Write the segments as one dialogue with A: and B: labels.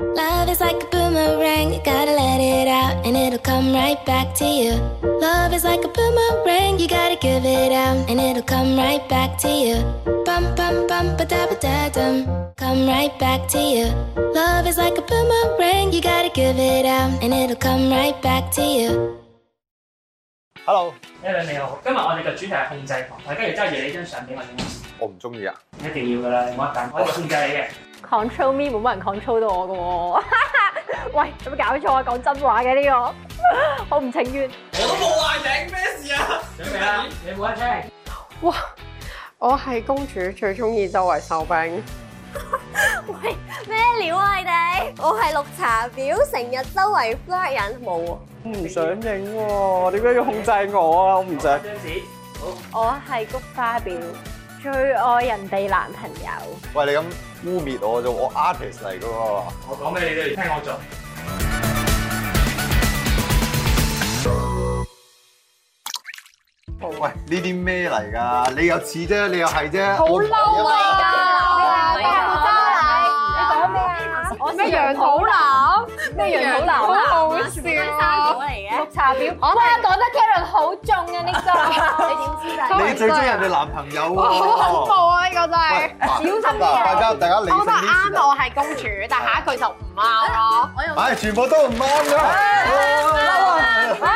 A: Love is like a boomerang, you gotta let it out, and it'll come right back to you. Love is like a boomerang, you gotta give it out, and it'll come right back to you. Bum bum bum ba da ba da dum, come right back to you. Love is like a boomerang, you gotta give it out, and it'll come right back to you.
B: Hello，
C: 一位你好，今日我哋嘅主題係控制狂，係跟住揸住你張相俾我影，
B: 我唔中意啊。
C: 一定要噶啦，你冇得揀，我哋控制你嘅。
D: control me 冇乜人 control 到我嘅 喎。喂，有冇搞錯啊？講真話嘅呢、個， 我唔情願。
E: 我都冇話影咩事啊！
C: 準備啦，你冇得聽。
F: 哇！我係公主，最中意周圍收兵。
D: 喂，咩料啊你哋？我係綠茶婊，成日周圍 flirt 人冇喎。
F: 我唔想影喎，點解要控制我啊？我唔想
C: 攞。張紙，
D: 我係菊花婊，最愛人哋男朋友。
B: 喂，你咁污蔑我啫，我 artist 嚟噶喎。
C: 我講俾你哋聽，我做。
B: 喂，呢啲咩嚟㗎？你又似啫，你又係啫。
F: 好
B: 我唔係
D: Oh
B: 啊
F: 嬲啊！
D: 你講咩啊？Oh 我
F: 咩羊肚腩？
D: 咩羊肚腩
F: 好
D: 啊？
F: 好笑啊！
D: 綠茶婊，我哇講得 Karen 好重啊呢個， 你點知啊㗎？
B: 你 最中意人哋男朋友喎。
F: 好恐怖啊！呢個真係
B: 喂，。小
D: 心啲啊
B: 大家大家理性
F: 我覺得
B: 啲先
F: 啱
B: 啊。
F: 我係公主，但下一句就唔啱咯。
G: 我又
B: 唉，全部都唔啱㗎。
D: 哎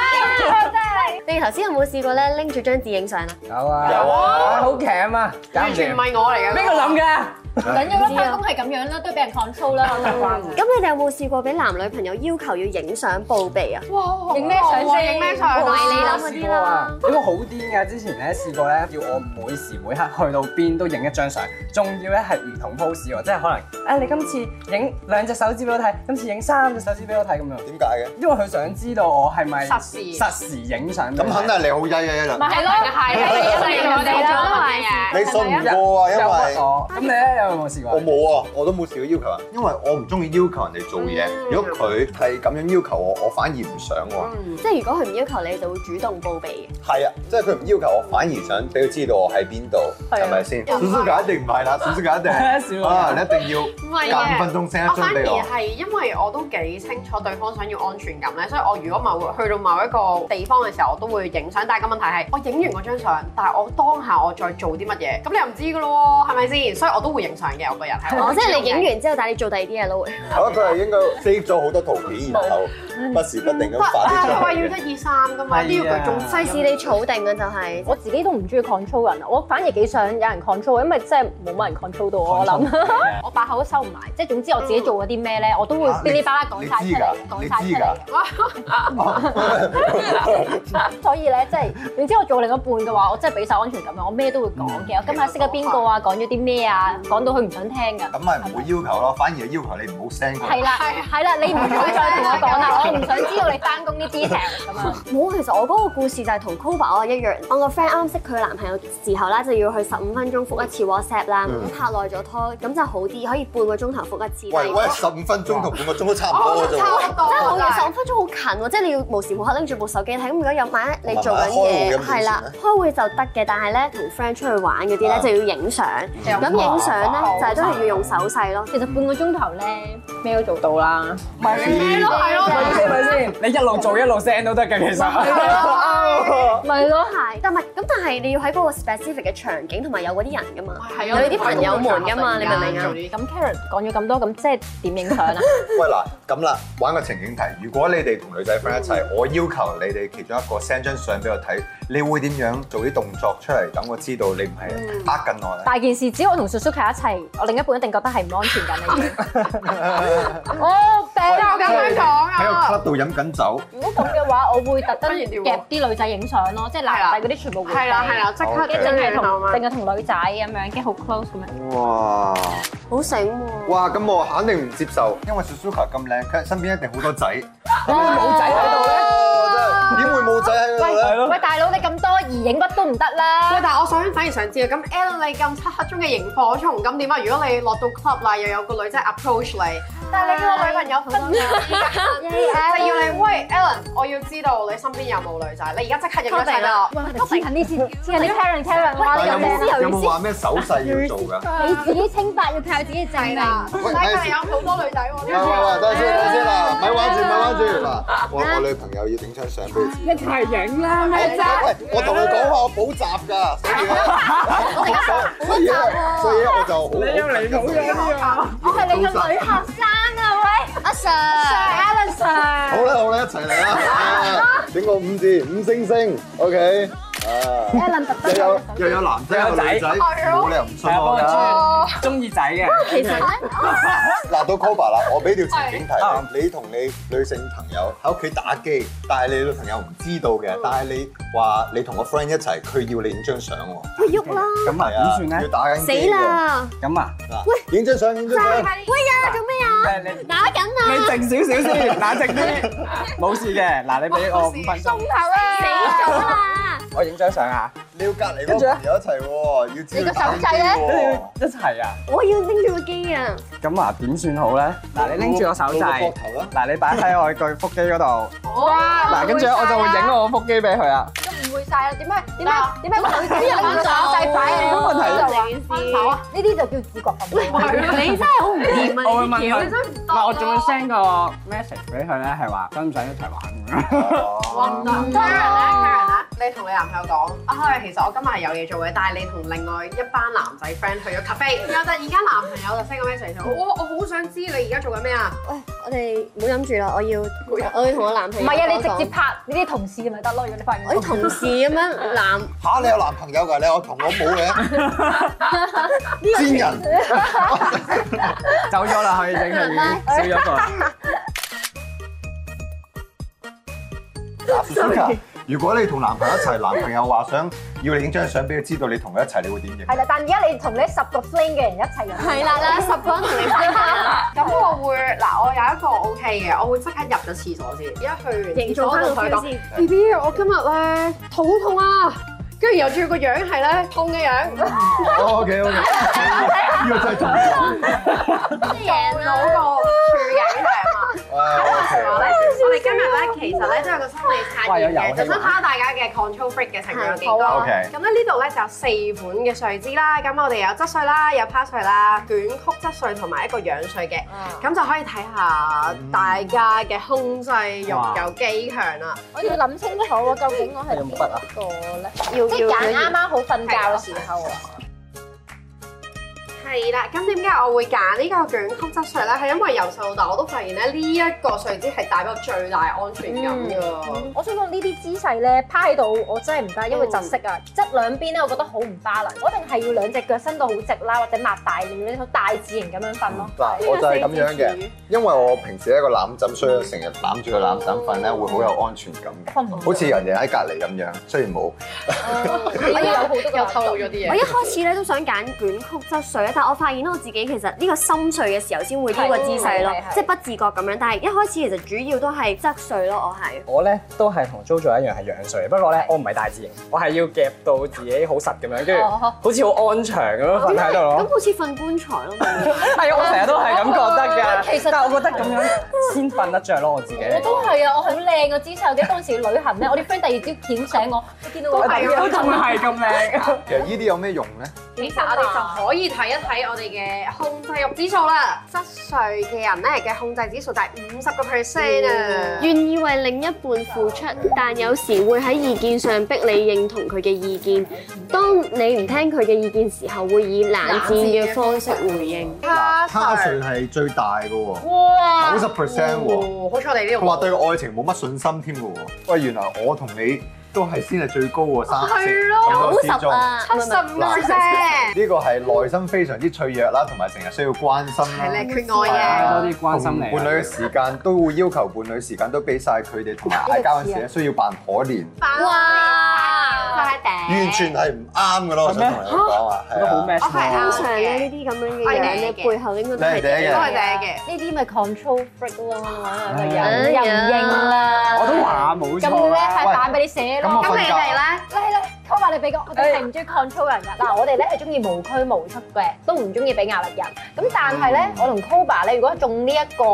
G: 你頭先有冇試過咧拎住張紙影相啊？
H: 有啊，
B: 有啊
H: 好強啊，搞唔
F: 完全唔
H: 掂。
F: 係我嚟嘅。
H: 邊個諗嘅？
G: 唔緊要啦，翻工
D: 啊係咁樣啦，都俾人 control 啦，
G: 咁你哋有冇試過俾男女朋友要求要影相報備啊？
F: 哇！
D: 影咩相先
F: 影咩相啊？
G: 為你啦
H: 我試過啊，呢個好癲㗎！之前咧試過咧，叫我每時每刻去到邊都影一張相，仲要咧係唔同 pose 喎，即係可能啊你今次影兩隻手指俾我睇，今次影三隻手指俾我睇咁樣，
B: 點解嘅？
H: 因為佢想知道我係咪
F: 實時
H: 實時影相俾佢睇。
B: 咁肯定係你好曳啊嘅一
F: 咪
B: 輪。
F: 係咯，係
D: 係
F: 我哋做乜
B: 你
F: 嘢？
B: 信唔過啊？因為
H: 憂鬱我。咁你咧有冇試過？
B: 我冇啊，我都冇試過要求人，因為我唔中意要求人哋做嘢。如果佢係咁樣要求我，我反而唔想喎。
G: 即係如果佢唔要求你，就會主動報備嘅。
B: 係啊，即係佢唔要求我，反而想俾佢知道我喺邊度，係咪先？小叔解一定唔係 啦，小叔解一定
H: 小叔
B: 啊，你一定要
F: 唔係
D: 啊
B: 隔
F: 嘅
B: 五分鐘 send
F: 我
B: 一
F: 反
B: 張
F: 而
B: 俾我。
F: 係因為我都幾清楚對方想要安全感咧，所以我如果某去到某一個地方嘅時候，我都會影相。但係個問題係，我影完嗰張相，但係我當下我再做啲乜嘢，咁你又唔知噶咯喎，係咪先？所以我都會影相嘅，我個人係。
G: 哦，即係你影完之後，但係你做第二啲嘢咯。會
B: 我覺得佢係應該 save 咗好多圖片，然後不時不定
D: 嗯
B: 咁發
F: 但
B: 啲
D: 啊
F: 係佢話要
B: 出去嘅。
F: 一二三噶嘛，呢個佢仲
G: 費事你儲定啊嘅就係、
D: 我自己都唔中意 control 人啊，我反而幾想有人 control，因為真係冇乜人 control 到我，我諗。 我把口都收唔埋，即係總之我自己做嗰啲咩咧，我都會
B: 啊你
D: 噼里啪啦講晒
B: 你
D: 出
B: 知㗎
D: 嚟，講晒
B: 你知
D: 出
B: 㗎
D: 嚟。 啊所以咧，即係總之我做另一半嘅話，我真係俾晒安全感啊！我咩都會講嘅。我今日識咗邊個啊？講咗啲咩啊？講到佢唔想聽㗎。
B: 咁咪唔會要求咯，反而係要求你唔好 send 過嚟
D: 係啦，係啦，你唔好再同我講啦，我唔想知道你翻工啲 detail 咁啊。
G: 冇，其實我嗰個故事就係同 Koba 我一樣。我個 friend 啱識佢男朋友時候啦，就要去十五分鐘覆一次 WhatsApp 啦。
B: 嗯
G: 拍耐咗拖咁就好啲，可以半個鐘頭覆一次。但係
B: 喂
G: 如
B: 喂
G: 果，
B: 十五分鐘同半個鐘都差唔
F: 哦
B: 多嘅啫喎。
D: 哦
G: 真係好嘅，十五分鐘好近喎，即係你要無時無刻拎住部手機睇。咁如果有晚你做緊嘢，係啦，開會就得嘅，但係咧同 friend 出去玩嗰啲咧就要影相。咁影相咧就係都係要用手勢咯。
D: 其實半個鐘頭咧，咩都做到啦。
H: 唔係
F: 係咯係咯
H: 咪先咪先，你一路做一路 send 都得㗎，
G: 嗯
H: 其實。
G: 啊咪咯，係，但係咁，但係你要喺嗰個 specific 嘅場景同埋有嗰啲人噶嘛，有你啲朋友們噶嘛，你明唔明啊？
D: 咁 Karen 講咗咁多，咁即係點影相啊？
B: 喂嗱，咁啦，玩個情景題。如果你哋同女仔 friend 一齊，我要求你哋其中一個 send 張相俾我睇，你會點樣做啲動作出嚟，等我知道你唔係呃緊我咧？
D: 大件事，只要我同 Suzuki 一齊，我另一半一定覺得係唔安全感嘅 嘢。
F: 哦
D: 我病
F: 我咁樣講
B: 喺個
F: 啊，
B: club 度飲緊酒，
D: 如果咁嘅話，我會特登
F: 不如調
D: 夾啲女仔影相咯，即係男仔嗰啲全部會。
F: 係啦係啦，即刻
D: 跟住淨係
F: 咁樣
D: 同淨係同女仔咁樣，跟住好 close 咁樣。
B: 哇
G: 好醒喎！
B: 哇！咁我肯定唔接受，因為 Suzuka 咁靚，佢身邊一定好多仔。
H: 有冇仔喺度咧？
B: 哦，真係點會冇仔喺度咧？
D: 喂喂，大佬你咁多疑影筆都唔得
F: 喂，
D: 啦。
F: 但係我想反而想知啊，咁 Alan 你咁漆黑中嘅螢火蟲，咁點啊？如果你落到 club 啦，又有個女仔 approach 你，但係你叫我女朋友 分手，就要你喂 Alan，我要知道你身邊有冇 女仔，你而家即刻影咗相
B: 啊
F: 啦。
D: 喂，我哋黐緊啲先，黐緊啲 parent parent 哇！你
B: 但有
D: 咁
B: 冇
D: 靚，
B: 有冇話咩手勢要做㗎？
D: 你自己清白要靠自己證
F: 係
D: 明。
F: 啦，但係佢哋有好多女仔
B: 喂喂
F: 喎。
B: 喂，等下先，等下先啦，咪玩住，咪玩住嗱，我我女朋友要影張相俾佢知。
D: 一齊影啦，咪
F: 啫
B: 喂，我同佢講話我補習㗎，所以咧，所以咧，所以咧我就好。
H: 你又離譜嘅呢樣。
D: 我係你個女學生啊，喂
G: 阿 Sir，
D: ，Alan Sir。
B: 好啦好啦，一齊嚟啦！整個五字五星星，OK 啊！
D: Alan 特
B: 又
D: 登
B: 有又有男仔有女仔，冇理由唔信我㗎。
H: 中意仔嘅，
D: 其實咧，
B: 嗱，到 Cobra 啦，我俾條情景題你，你同你女性朋友喺屋企打機，但係你女朋友唔知道嘅，但係你話你同個 friend 一齊，佢要你影張相喎，
G: 喂喐啦，
H: 咁啊
B: 係啊，
H: 點算
B: 要
H: 咧？
B: 打緊機
G: 死
B: 嘅，
G: 啦！
H: 咁啊，
B: 嗱，影張相影張相，
G: 喂呀，做咩啊？
H: 誒你
G: 打緊
H: 你
G: 啊！
H: 靜少少先，冷靜啲，冇事嘅。嗱，你俾我五分鐘，
G: 死咗啦！
H: 我影張相啊，
B: 你要隔離嗰個朋友一齊喎，要知道打緊機
H: 跟住
B: 喎。
H: 要一齊啊。
G: 我要拎住個機啊！
H: 咁啊，點算好咧？嗱，你拎住我手掣，嗱，你擺喺我個腹肌嗰度，
F: 哇！
H: 嗱，跟住我就會影我腹肌俾佢啊。
D: 點解點解個女仔要揾手掣擺喺
H: 咁問題
D: 度
F: 嗯
D: 分手啊？呢啲就叫自覺咁。
G: 你真係好唔掂
H: 我會問佢，
F: 唔
H: 唔係我仲會 send 個 message 俾佢咧，係話想唔想一齊 玩咁
B: 啊
H: 樣。
F: 嗯 Karen 咧，Karen 咧，你同你男朋友講啊，其實我今日係有嘢做嘅，但係你同另外一班男仔 friend 去咗 cafe，然後突然間男朋友就 send 個 message 就我我好想知你而家做緊咩啊？
G: 喂，我哋唔好飲住啦，我要我要同我男朋
D: 唔
G: 友
D: 係啊，你
G: 講
D: 直
G: 講
D: 接拍呢啲同事咪得咯？如果你發現
G: 我啲同事咁樣男
B: 嚇你有男朋友㗎？你有同我冇嘅？賤人！
H: 走咗啦，佢已經佢已經少咗個。
B: 嗱，如果你同男朋友一齊，男朋友話想要你影張相俾佢知道你同佢一齊，你會點影？
D: 係啦，但而家你同你十個 friend 嘅人一齊飲，
G: 係啦啦，十個人同你分享啦，
F: 咁我會嗱，我有一個 OK 嘅，我會即刻入咗廁所先，一去完廁
G: 營造
F: 所
G: 翻
F: 就同佢
G: 個圈
F: 講
G: 先。
F: B B，我今日咧肚好痛啊！跟住又仲要個樣係咧痛嘅樣，
B: O K O K，呢個真係重要。
F: 撞到個處境係嘛？
B: 啊
F: 我哋今日咧其實咧都有個心理測
H: 哇有
F: 驗
H: 遊戲
F: 嘅，
H: 玩
F: 就想睇下大家嘅 control freak 嘅程度有幾高。
G: 好
B: 啊 OK
F: 咁咧呢度咧就有四款嘅睡姿啦，咁我哋有側睡啦，有趴睡啦，捲曲側睡同埋一個仰睡嘅，
D: 啊
F: 咁就可以睇下大家嘅控制欲有幾強啊啦。
D: 我要諗清楚喎，究竟我係
H: 用筆啊？
D: 個咧？
G: 要
D: 即係
G: 要
D: 揀啱啊啱好瞓覺嘅時候啊！
F: 係啦，咁點解我會揀呢個捲曲側睡咧？係因為由細到大我都發現咧，呢一個睡姿係帶俾我最大安全感
H: 嗯
F: 㗎。
D: 我想講呢啲姿勢咧，趴喺度我真係唔得，因為窒息啊！側兩邊咧，我覺得好唔 balance，我一定係要兩隻腳伸到好直啦，或者擘大尿咧，好大自然咁樣瞓咯。
B: 嗱，我就係咁樣嘅，因為我平時一個攬枕，所以成日攬住個攬枕瞓咧，會好有安全感
D: 嗯
B: 嘅，好似人哋喺隔離咁樣。雖然冇，
D: 你哦 要有好多
F: 又
D: 個
F: 透露咗啲
G: 我
F: 嘢
G: 一。開始咧都想揀卷曲側睡啊，但我發現咧我自己其實呢個深睡嘅時候先會呢個姿勢咯
D: 係係，係
G: 即係不自覺咁樣。但係一開始其實主要都係側睡咯，我係。
H: 我咧都係同 JoJo 一樣係仰睡，不過咧我唔係大字型，我係要夾到自己好實咁樣，跟住
D: 哦
H: 好似好安詳咁樣瞓喺度
G: 咁
H: 咯。
G: 好似瞓棺材咯，
H: 係啊，我成日都係咁覺得
D: 其實
H: 㗎，但係我覺得咁樣先瞓得着咯，我自己。
D: 我都係啊！我好靚個姿勢，我記得嗰陣時旅行咧，我啲 friend 第二朝點醒我，我見到我
H: 都仲係咁靚。
B: 其實呢啲有咩用咧？
F: 其實我哋就可以睇一睇我哋嘅控制欲指數啦。七歲嘅人咧嘅控制指數就係五十個 percent 啊。
G: 願意為另一半付出，但有時會喺意見上逼你認同佢嘅意見。當你唔聽佢嘅意見時候，會以冷戰嘅方式回應。
F: 卡
B: 卡
F: 歲
B: 瑞係最大嘅喎，
D: 哇
B: 九十 percent 喎。
F: 哦好彩我哋呢度
B: 佢話對愛情冇乜信心添嘅喎。喂，原來我同你都係先係最高喎，三
F: 係咯
B: 咁多之中
G: 九十啊，
F: 七十五個 percent，
B: 呢個係內心非常之脆弱啦，同埋成日需要關心
F: 係咧
B: 啦。
F: 缺愛嘅。
H: 多啲關心你啊
B: 同伴侶嘅時間都會要求伴侶時間都俾晒佢哋，同埋嗌交嗰陣時咧需要扮可憐。
F: 哇！拉頂，
B: 完全係唔啱嘅咯，我想同你講啊，
H: 覺得好
B: 係啊，
H: match
F: 我係
G: 通
F: 啊
H: 喎。
G: 常咧呢啲咁樣嘅樣咧，背後應該都
B: 你係
G: 係
B: 第一
F: 都
B: 嘅
F: 係第一嘅。
D: 呢啲咪 control freak 咯，兩個
G: 哎
D: 人啊
G: 呀
D: 又唔應啦。
H: 我都話
D: 咁
H: 冇錯
D: 你咧
H: 啦。
D: 塊
H: 喂
D: 蛋俾你寫
B: 咁我
D: 咯。
F: 咁你哋咧？
D: 你咧，溝埋你俾個，我哋係唔中意 control 人㗎。嗱，我哋咧係中意無拘無束嘅，都唔中意俾壓力人。咁但係咧，我同 Koba 咧，如果中呢一個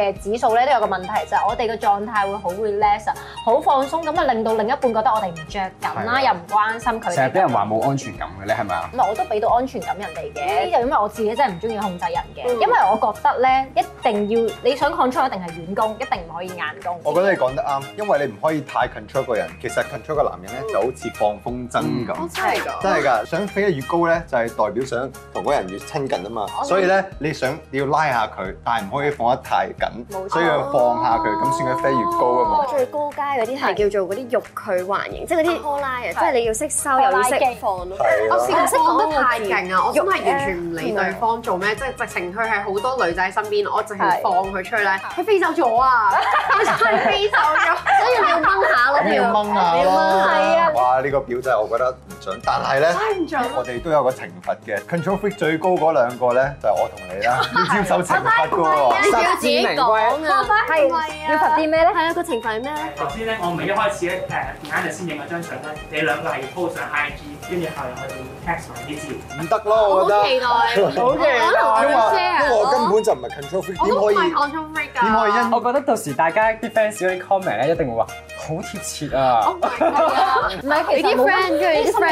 D: 嘅指數咧，都有個問題就係我哋嘅狀態會好 relax 啊，好放鬆，咁啊令到另一半覺得我哋唔着緊
B: 係啊
D: 啦，又唔關心佢哋。
H: 成日俾人話冇安全感嘅，你係咪啊？
D: 唔係，我都俾到安全感人哋嘅，呢就因為我自己真係唔中意控制人嘅，
F: 嗯
D: 因為我覺得咧，一定要你想 control 一定係軟工，一定唔可以硬工。
B: 我覺得你講得啱，因為你唔可以太 control 個人。其實 control 個男人咧就好似放風箏咁。
F: 我真係㗎，
B: 真係㗎，想飛得越高咧，就係代表想同嗰人越親近啊嘛。所以咧，你想你要拉下佢，但係唔可以放得太
D: 冇
B: 緊，
D: 錯
B: 所以要放下佢，咁先佢飛越高啊嘛。
F: 哦
G: 最高階嗰啲係叫做嗰啲欲拒還形，即係嗰啲拖拉啊，即係你要識收又要識放咯。
B: 係啊
F: 我
B: 咯
F: 試。過放得太勁啊！我真係完全唔理對方做咩，即係直情佢係好多女仔身邊，我直情放佢出去咧，佢飛走咗 啊！佢真係飛走咗，
G: 所以你要掹下咯，
B: 咁要掹下咯，
G: 係啊，
B: 哇！呢個表真係我覺得唔準，但係咧，
F: 真係唔啊準。
B: 我哋都有個懲罰嘅。Control Freak 最高嗰兩個咧，就係我同你 啦，要接受懲罰㗎喎。
G: 你要自己講啊。
D: 係要罰啲咩咧？
G: 係啊，個懲罰係咩咧？
C: 頭先咧，我咪一開始咧誒啱就先影咗張相咧，你兩個係 po 上 IG，跟住後嚟我哋會 text 埋啲字。
B: 唔得咯，我覺
F: 好期
B: 得。
F: 待，啊好
B: 因
F: 期
B: 為因為我根
F: 我
B: 本就唔係 Control Freak，
F: 啊都
B: 點
F: 唔
B: 可以
F: 係 control freak 㗎，
B: 點可以因
H: 我覺得到時大家啲 fans 嗰啲 comment 啊咧，一定會話好貼切
F: 我
H: 啊！
D: 唔係，其實冇乜呢啲心理
F: 唔係
G: 你啲 friend 跟住你啲 friend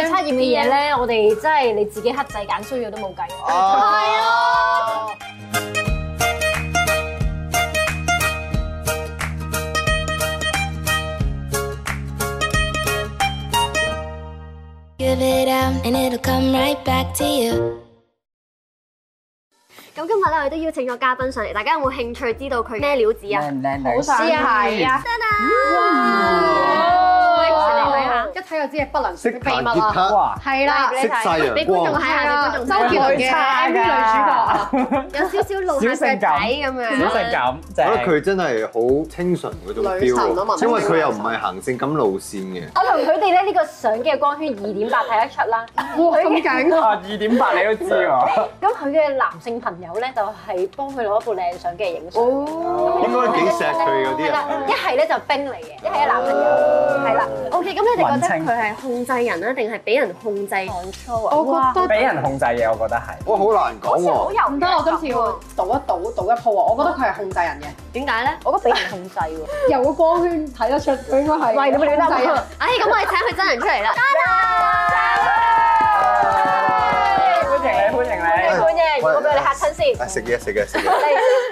D: 測驗嘅嘢咧，我哋真係你自己黑仔揀需要都冇計。
B: 啊？
A: Give it out and it'll come right back to you.
G: 咁今日咧，我哋都邀請咗嘉賓上嚟，大家有冇興趣知道佢咩料子啊？
H: 唔靚女？
F: 想係啊！
D: 哦哇
F: 一睇就知係不能
B: 識
F: 説嘅秘
B: 彈
F: 密
B: 吉
F: 啦，
B: 他，
H: 哇！
F: 係啦，
B: 識晒
F: 俾
B: 陽
F: 觀眾
B: 光
F: 睇。下，俾觀眾睇下
D: 周杰倫嘅
F: MV 女啊
G: 有少少露下
H: 小
G: 腳
H: 性
G: 仔
H: 感
G: 咁
H: 小
G: 樣。
H: 性感，
B: 我覺得
H: 正。
B: 佢真係好清純嗰種
F: 女神啊
B: feel，
F: 文
B: 啊
F: 青
B: 因為佢又唔係行性感路線嘅。
D: 我同佢哋咧呢個相機嘅光圈二點八睇得出啦。哇，咁勁！
H: 啊，二點八你都知喎，
D: 咁佢嘅男性朋友咧就係幫佢攞部靚相機嚟影相。
F: 主角，
B: 應該幾錫佢嗰啲啊
D: 係啦，
B: 人。
D: 一係咧就冰嚟嘅，一係男朋友，係啦。
G: OK，咁你哋覺得
H: 文青
G: 佢係控制人啊，定係俾人控制 control 啊？
F: 我覺得
H: 俾人控制嘅，我覺得
F: 哦
H: 係。
B: 哇，好難講
D: 好
B: 喎。
D: 油
F: 唔得，我今次要賭一賭，賭一鋪啊！我覺得佢係控制人嘅，
G: 點解咧？
D: 我覺得俾人控制喎。
F: 由個光圈睇得出佢應該係
D: 喂，你咪亂
F: 控制人
D: 諗啊！
G: 唉，咁我哋請佢真人出嚟啦。
H: 歡迎你，歡迎
D: 歡迎，我俾你嚇親先。
B: 啊，食嘢食嘢食嘢。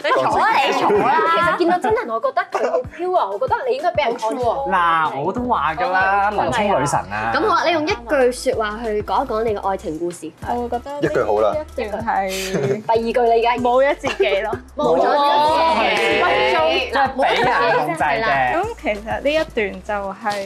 G: 你坐啊你坐
D: 其
G: 啦！
D: 實見到真人，我覺得佢好 pure 啊！我覺得你應該俾人 c
F: 好 true 啊
H: 你。嗱，我都話㗎啦，文青女神啊！
G: 咁好啦，你用一句説話去講一講你嘅愛情故事。
I: 我會覺得
F: 嗯
B: 一句好啦，
I: 一定係
D: 第二句你而家
I: 冇咗自己咯。
D: 冇咗
H: 即係俾人控制嘅。
I: 咁其實呢一段就係、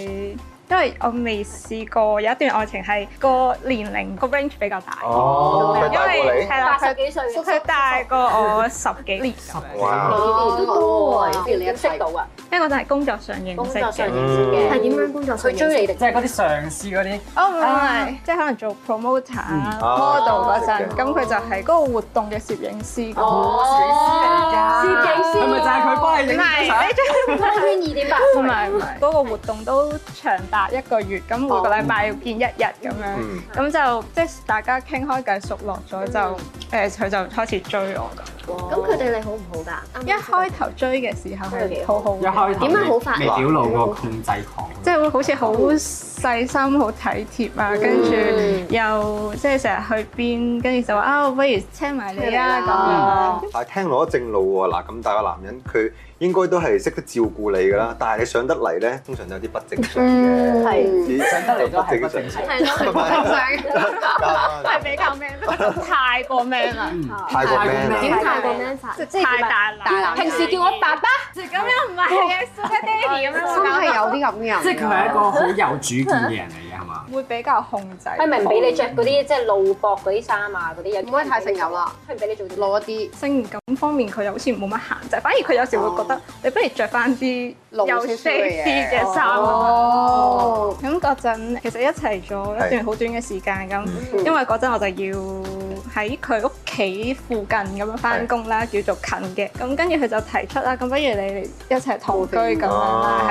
I: 因為我未試過有一段愛情係個年齡個 range 比較大，
B: 哦佢
I: 因
B: 大過
I: 為
B: 你。
I: 係啦，
D: 八十
I: 佢
D: 幾歲，
I: 佢大過我十 幾年咁樣，
B: 哇！
D: 都多啊！你
F: 一
D: 認識到啊，
I: 因為嗰陣係工作上認
D: 工
I: 識
D: 作上
I: 嘅。
D: 認識嘅
G: 係點樣工作上
D: 佢
G: 認識？
D: 追你哋
H: 即係嗰啲上司嗰啲，
I: 哦，唔係唔係
H: 啊，
I: 即係可能做 promoter 啊、
B: 嗯啊
I: model 嗰
B: 識
I: 陣，
B: 嘅
I: 咁佢就係嗰個活動嘅攝影師咁。
D: 哦，攝影師
H: 係咪就係佢幫你
I: 唔
H: 影張
I: 係，
H: 相？
I: 呢張
D: 圈二點八，
I: 唔係唔係，嗰個活動都長達一個月，咁每個禮拜要見一日咁樣。
B: 嗯，
I: 咁就即係大家傾開偈熟落咗就誒，佢就開始追我咁。
G: 咁佢對你好唔好㗎？
I: 一開頭追嘅時候係好好嘅，
H: 一開頭
G: 點樣好法
H: 未表露個控制狂，
I: 即係會好似好細心、好體貼啊，跟住又即係成日去邊，跟住就話啊，我不如車埋你啊
B: 但係聽落都正路喎。嗱，咁大個男人佢應該都係識得照顧你㗎啦。但係你上得嚟咧，通常都有啲不正常嘅。
D: 係
B: 上
H: 得嚟都係不正常
B: 係咪
I: 咁樣，係比較 man，不過就太過 man 啦。
B: 太過 man 啦。
F: 點太
G: 有個 man 法，
I: 即係啊太大
F: 大男人
I: 男。
D: 平時叫我爸爸，
I: 咁又唔係啊 super daddy 咁樣，
F: 真係有啲咁嘅人，
E: 即係佢係一個好有主見嘅人嚟嘅，係嘛？
I: 會比較控制。
D: 係咪唔俾你着嗰啲即係露膊嗰啲衫啊嗰啲嘢？
F: 唔可以太性感啦，
D: 佢唔俾你做啲露。
F: 攞一啲
I: 性感方面佢又好似冇乜限制，反而佢有時會覺得你不如着翻啲有 shape 啲嘅衫啊。
F: 哦，
I: 咁嗰陣其實一齊咗一段好短嘅時間咁，
B: 嗯
I: 因為嗰陣我就要喺佢屋企附近咁樣翻工啦，叫做近嘅。咁跟住佢就提出啦，咁不如你哋一齊同居咁樣啦，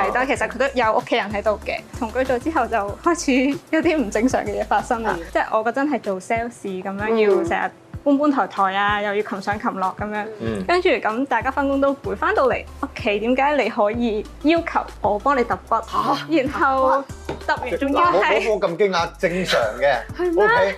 B: 哦
I: 係但係其實佢都有屋企人喺度嘅。同居咗之後就開始有啲唔正常嘅嘢發生啦，即係我嗰陣係做 sales 咁樣，要成日搬搬抬抬啊，又要擒上擒落咁樣。
B: 嗯，
I: 跟住咁大家分工都攰，翻到嚟屋企點解你可以要求我幫你揼筆，然後揼完仲要
B: 嗱我
I: 係
B: 我冇咁驚訝，正常嘅。
F: 係咩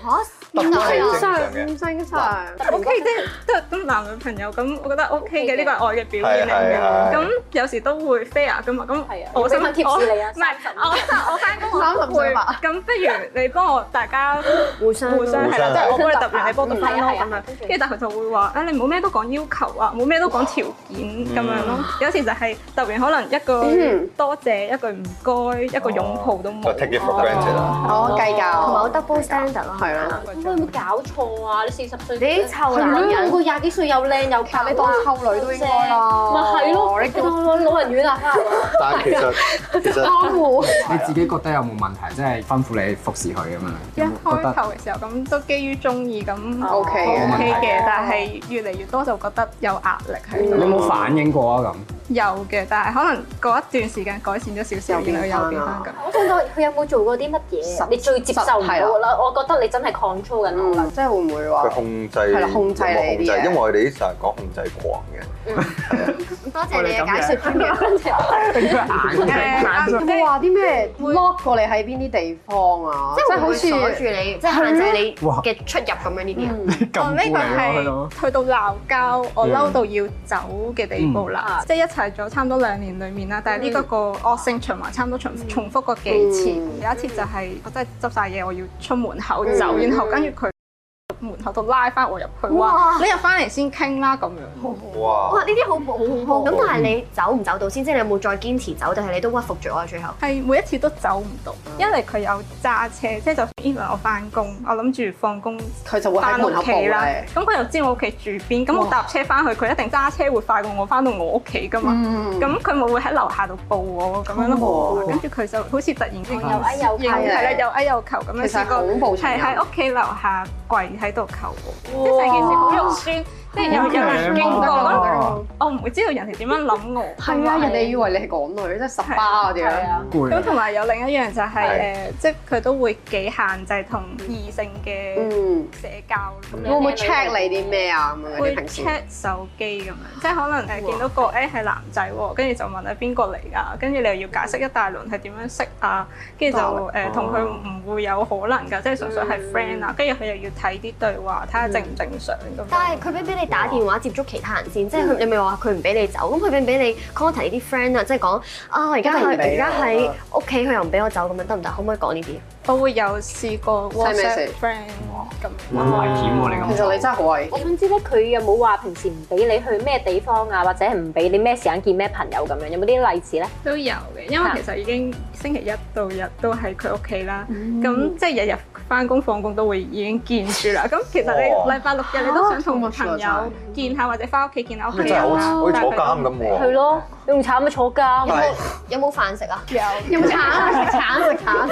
B: OK，
F: 嚇
B: 原來
F: 正
B: 係正
F: 常
B: 常嘅
F: 唔正常。
I: O K，即係都係咁男女朋友咁，我覺得 O K 嘅呢個係愛嘅表現嚟
B: 係係係
I: 嘅。咁有時都會 fair 噶嘛，咁
D: 係啊
I: 我心
D: 俾份貼士你啊
I: 我唔係我我翻工
F: 三十
I: 我
F: 五
I: 會
F: 歲吧
I: 咁，不如你幫我大家
G: 互相
I: 互相係啦，
B: 互相
I: 即係我幫你揼完，你幫我揼翻
D: 嗯係啊
I: 咯
D: 係啊
I: 咁樣。跟住但係佢就會話：啊，你冇咩都講要求啊，冇咩都講條件咁樣咯。有時就係揼完可能一句多謝，一句唔該，一個擁抱
B: 就
I: 都冇。
B: take it for granted 啦。
F: 我計較，
G: 哦同埋我 double standard 咯，
F: 係咯。
D: 你
I: 嗰
D: 會
I: 種
D: 唔會搞錯啊？你四十歲，
G: 你臭男人
D: 係咯個廿幾歲又靚又
F: 但
D: 白，
F: 你當溝女都應該啦，
D: 咪係
G: 哦
D: 咯，
F: 你
D: 你當我老人院啊？
B: 但係其實其實
F: 安護
E: 你自己覺得有冇問題？即係吩咐你服侍佢咁樣，
I: 一
E: 有冇覺
I: 開
E: 得
I: 頭嘅時候咁都基於中意咁
F: OK 嘅
I: OK 嘅，但係越嚟越多就覺得有壓力喺
E: 你
I: 度。
E: 有冇反應過啊？咁
I: 有嘅，但係可能嗰一段時間改善咗少少，然後又變翻咁。
D: 我想講佢有冇做過啲乜嘢？你最接受唔到㗎
G: 啊
D: 啦，我覺得你真係 control 緊我啦。
F: 嗯，即係會唔會話
B: 佢？控制
F: 係啦控制你
B: 有冇控
F: 啲嘢
B: 制，因為我哋呢成日講控制狂嘅。
G: 多謝你嘅解説專業。
I: 誒
F: 有冇話啲咩 lock 過你喺邊啲地方啊？
G: 即係好似
F: 即係
G: 鎖
F: 好
G: 住
F: 似
G: 你，即係限制你嘅出入咁樣呢啲啊。
I: 我
E: 咁
I: 哦呢個
E: 嚟咯，
I: 係去到鬧交，我嬲到要走嘅地步啦
D: 嗯，
I: 即係一齊咗差唔多兩年裡面啦。但係呢個個惡性循環差唔多重重複過幾次。
F: 嗯
I: 有一次就係我真係執晒嘢，我要出門口走，
F: 嗯
I: 然後跟住佢門口度拉翻我入去，話你入翻嚟先傾啦咁樣。
G: 哇！
B: 哇！
G: 呢啲好好恐怖。嗯咁但係你走唔走到先？即係你有冇再堅持走，定係你都屈服咗啊？最後
I: 係每一次都走唔到，因為佢有揸車，即係就算 even 我翻工，我諗住放工
F: 佢就會喺
I: 翻
F: 門
I: 屋
F: 口
I: 企
F: 報
I: 啦
F: 咧。。
I: 咁佢又知我屋企住邊，咁我搭車翻去，佢一定揸車會快過我翻到我屋企噶嘛。
F: 嗯，
I: 咁佢咪會喺樓下度報我咁樣
F: 哦
I: 咯，跟住佢就好似突然間
D: 又矮又
I: 係
D: 矮
F: 啊
I: 啦，又矮又求咁樣
F: 其實
I: 試
F: 係
I: 過，
F: 恐怖情
I: 係
F: 人
I: 喺屋企樓下跪喺度求我，即係成件事好肉酸，即係
F: 啊
I: 有有人經過，
E: 哇
I: 我唔會知道人哋點樣諗我。
F: 係啊，人哋以為你係港女，即係十巴嗰啲
D: 係
F: 啊。
D: 啊，
E: 攰
I: 咁
E: 啊。
I: 同埋有另一樣就係、
B: 係
I: 誒，即係佢都會幾限制同異性嘅
F: 嗯，
I: 社交咁樣。
F: 會唔會 check 你啲咩啊？咁樣你
I: 會
F: 平時
I: check 手機咁樣，即係可能誒見到個誒係男仔喎，跟住就問係啊邊個嚟㗎，跟住你又要解釋一大輪係點樣識啊，跟住就
F: 哦
I: 誒同佢唔會有可能㗎，即係純粹係 friend 啊，跟住佢又要睇啲對話，睇下正唔正常咁樣。
G: 但係佢俾唔俾你打電話接觸其他人先？即係
F: 嗯
G: 佢你咪話佢唔俾你走，咁佢俾唔俾你 contact 你啲 friend 啊？即係講啊，我而家喺
F: 梗係唔
G: 而
F: 俾啦
G: 家喺屋企，佢又唔俾我走，咁樣得唔得？可唔可以講呢啲？
I: 我會有試過 WhatsApp
F: message
I: friend 咁樣。
E: 好危險喎！你
F: 其
E: 咁
F: 實你
E: 做，
F: 真係好危
D: 我想知咧，佢有冇話平時唔俾你去咩地方啊，或者係唔俾你咩時間見咩朋友咁樣？有冇啲例子咧？
I: 都有嘅，因為其實已經星期一到日都喺佢屋企啦，咁即係日日翻工放工都會已經見住啦。咁其實你
B: 哇
I: 禮拜六日你都想同朋
F: 啊
I: 友見下，或者翻屋企見下屋
B: 真
I: 企
B: 係
I: 人
B: 好似
I: 啦。
B: 好似坐
I: 但
B: 監咁
D: 係
B: 喎。
D: 咯，你仲慘啊坐監，
B: 但係
G: 有冇飯食啊？
I: 有
G: 用橙食 橙食橙。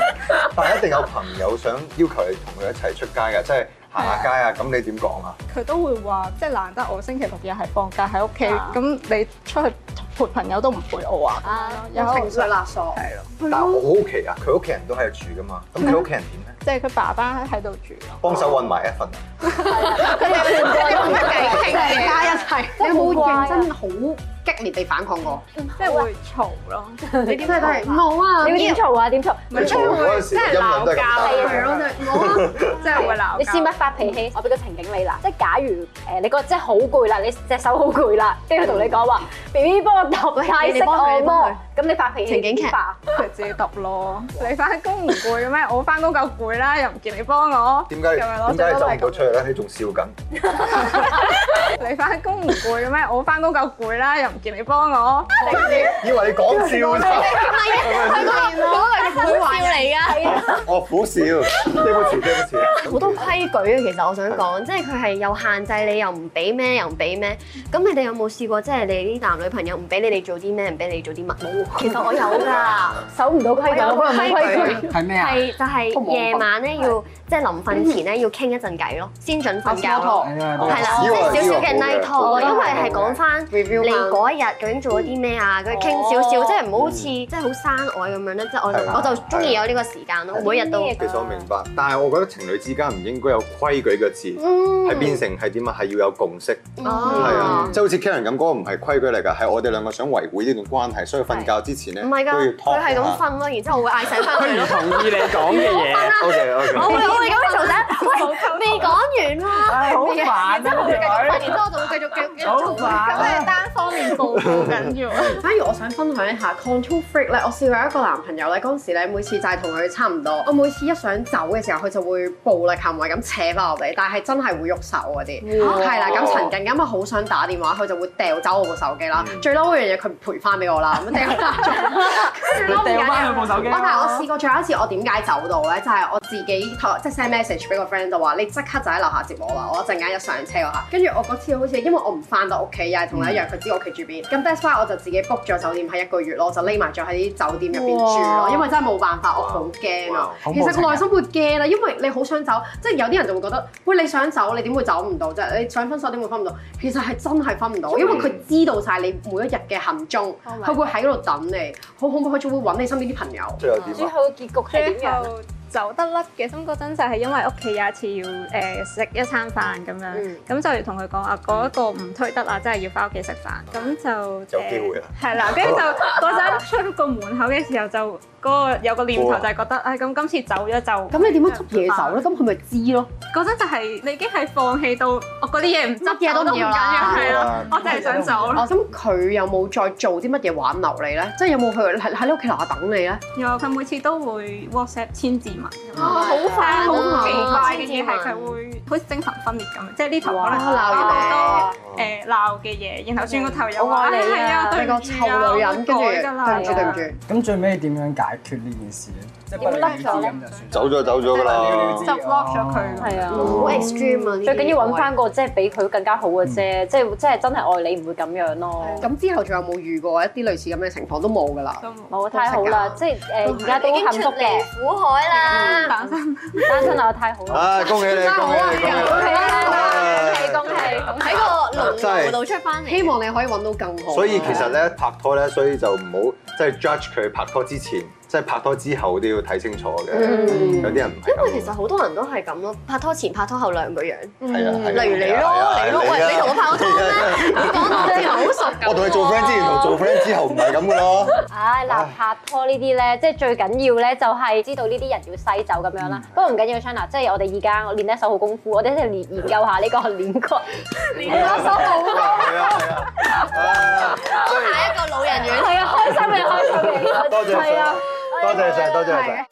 B: 但係一定有朋友想要求你同佢一齊出街㗎，即係行下街啊。咁你點講啊？
I: 佢都會話，即係難得我星期六日係放假喺屋企，咁你出去陪朋友都唔陪我啊，有
F: 情緒勒索。
I: 係咯，
B: 但係我好奇啊，佢屋企人都喺度住㗎嘛，咁佢屋企人點咧？
I: 即係佢爸爸喺度住咯。
B: 幫手揾埋一份啊。
D: 佢哋全部都唔得計
F: 成家一齊，你有冇認真好激烈地反抗過？
I: 即係會嘈 咯。你點
F: 真係冇啊！
D: 你會點嘈啊？點嘈？
B: 你嘈嗰陣時嘅音量都係
F: 係咯，
B: 咁大。
F: 就係冇啊！
I: 即係會鬧
D: 你
I: 交
D: 試唔試發脾氣？我俾個情景你啦，即係假如誒你個真係好攰啦，你隻手好攰啦，跟住佢同你講話，B B 幫我揼泰式按摩，咁你發脾氣
F: 情景劇
D: 點發啊？
I: 佢自己揼咯。你翻工唔攰嘅咩？我翻工夠攰啦，又唔見你幫我。
B: 點解
I: 咁樣咯
B: 點解你走唔到出？
I: 最
B: 去咧？你仲笑緊？
I: 多 都係咁你翻工唔攰嘅咩？我翻工夠攰啦，又唔見你幫我。
B: 以為你講笑啫，
F: 嗰個會話
B: 我苦笑，對不起，對不起。
G: 啊好多規矩嘅，其實我想講，即係佢係又限制你，又唔俾咩，又唔俾咩。咁你哋有冇試過，即係你啲男女朋友唔俾你哋做啲咩，唔俾你做啲乜？冇。其實我有㗎，
D: 守唔到規矩，
G: 我有規矩。
E: 係咩啊？
G: 係就係夜晚咧，要即係臨瞓前咧，要傾一陣偈咯，先準瞓覺咯。
E: 係啊，
G: 係啦，
B: 呢
G: 即
B: 個
G: 係少少嘅 night talk 咯，
B: 呢個
G: 因為係講翻
F: review
G: 你
F: 翻
G: 嗰一日究竟做咗啲咩啊？
B: 哦
G: 佢傾少少，即係唔好好似即係好生外咁樣咧。即係
B: 係啦啊
G: 我我就中意有呢個時間咯，每日都。
B: 其實我明白，但係我覺得情侶之間唔應該有規矩嘅字，
G: 嗯
B: 係變成係點啊？係要有共識，係啊
G: 哦，，
B: 即係好似 Karen 咁，嗰個唔係規矩嚟㗎，係我哋兩個想維護呢段關係，所以瞓覺之前咧
G: 唔係
B: 都要
G: 㗎，佢
B: talk
G: 係咁
B: 下。
G: 瞓咯，然之後我會嗌醒翻佢
H: 唔
G: 咯。
H: 同意你講嘅嘢，
B: O K O K，
G: 我會 我會咁樣做啫，喂，未講完 嘛。
H: 唉，好煩啊！呢
F: 繼續
H: 個
F: 然之後我就會繼續繼續繼續
H: 好
F: 做
H: 煩啊！
I: 單方面報復緊要。
F: 反而我想分享一下 control freak 咧，我試過一個男朋友咧，嗰陣時咧每次就係同佢差唔多，我每次一想走嘅時候，佢就會暴力行為咁扯翻我哋，但係真係會喐手嗰啲，係啦。咁曾經咁啊，好想打電話，佢就會掉走我部手機啦。最嬲嗰樣嘢，佢唔賠翻俾我啦，咁掉翻咗，跟住嬲唔緊
H: 掉
F: 要
H: 翻佢部手機
F: 我但係我
H: 啦。
F: 試過最後一次，我點解走到咧？就係、我自己即係 send message 俾個 friend 就話：你即刻就喺樓下接啊我啦！我一陣間一上車嗰下，跟住我嗰次好似因為我唔翻到屋企，又係同你一樣，佢知我屋企住邊。咁 that's why 我就自己 book 咗酒店係一個月咯，我就匿埋咗喺啲酒店入邊住咯，因為真係冇辦法，我好驚啊！
E: 哇
F: 其實個內心會驚啦，啊因為你好想走，即係有啲人就會覺得：喂，你想走，你點會走唔到啫？你想分手點會分唔到？其實係真係分唔到，因為佢知道晒你每一日嘅行蹤，佢會喺嗰度等你，好恐怖，佢仲會揾你身邊啲朋友。
B: 最後點
D: 最
B: 啊？
D: 後嘅結局係點
I: 最
D: 樣啊？
I: 後走得甩嘅，咁嗰陣就係因為屋企有一次要誒食、一餐飯咁樣，咁
F: 嗯、
I: 就要同佢講啊，嗰、一個唔推得啦，真係要翻屋企食飯，咁就
B: 有機會啦啊
I: 誒係啦，跟住 就嗰陣出個門口嘅時候就嗰、個有個念頭就係覺得，唉咁、今次走咗
F: 咁
I: 就
F: 你點樣執嘢走咧？咁佢咪知咯？
I: 嗰陣就係你已經係放棄到我嗰啲嘢唔執
F: 乜嘢都唔
I: 走緊
F: 要啦啊
I: 係啦
G: 啊
B: 嗯，
I: 我就係想走咯。
F: 哦，咁佢有冇再做啲乜嘢挽留你咧？即係有冇去喺喺你屋企樓下等你咧？
I: 然後佢每次都會 WhatsApp 千字文咁樣。
F: 好啊
I: 但係
F: 好
I: 好奇怪
F: 煩
I: 嘅嘢係佢會好似精神分裂咁，啊即係呢頭可能
F: 哇鬧人
I: 好
F: 啊
I: 多誒鬧嘅嘢，然後轉個頭又
F: 我愛你
I: 話
F: 啊
I: 哎係啊，
F: 你
I: 對
F: 個
I: 唔住啊，
F: 臭女人，跟住
I: 我
F: 對
I: 改㗎啦哎
F: 唔住對唔住，
H: 咁最尾點樣解決呢件事咧？即係不了了之咁就算。
B: 走咗走咗㗎啦，
I: 就 block 咗佢。
D: 係啊。
G: 好 extreme 啊！呢啲
D: 最緊要揾翻個即係比佢更加好嘅啫，即係即係真係愛你唔會咁樣咯。
F: 咁之後仲有冇遇過一啲類似咁嘅情況都冇㗎啦？
I: 都
D: 冇太好啦，即係誒而家都幸福嘅，
G: 苦海啦。
I: 單身，
D: 單身啊啊太好啦，
B: 啊恭喜你，恭喜
G: 啊
B: 你，恭喜
D: 恭喜啦，
B: 你！
D: 恭喜恭喜！
G: 喺個
B: 啊真
G: 籠
B: 係
G: 路度出翻嚟，
F: 希望你可以揾到更好。
B: 所以其實咧拍拖咧，所以就唔好即係 judge 佢拍拖之前，即係拍拖之後都要睇清楚嘅。
F: 嗯
B: 有啲人唔係
G: 因
B: 咁
G: 為其實好多人都係咁咯，拍拖前、拍拖後兩個樣。
B: 係啊，
G: 嗯例如你咯，你咯，喂，你同我拍過拖咩？你講到好似好熟 咁。
B: 我同你做 friend 之前同做 friend 之後唔係咁嘅 咯。
D: 唉，嗱拍拖呢啲咧，即係最緊要咧，就係知道呢啲人要篩走咁樣啦。不過唔緊要，Chana，即係我哋而家我練一手好功夫，我哋一齊研研究下呢個練歌， 練一 手好功夫。
B: 係啊係啊，
G: 係一個老人院。
D: 係啊，開心嘅，開心嘅。
B: 多謝
D: 係啊
B: 晒，多謝晒，多謝晒。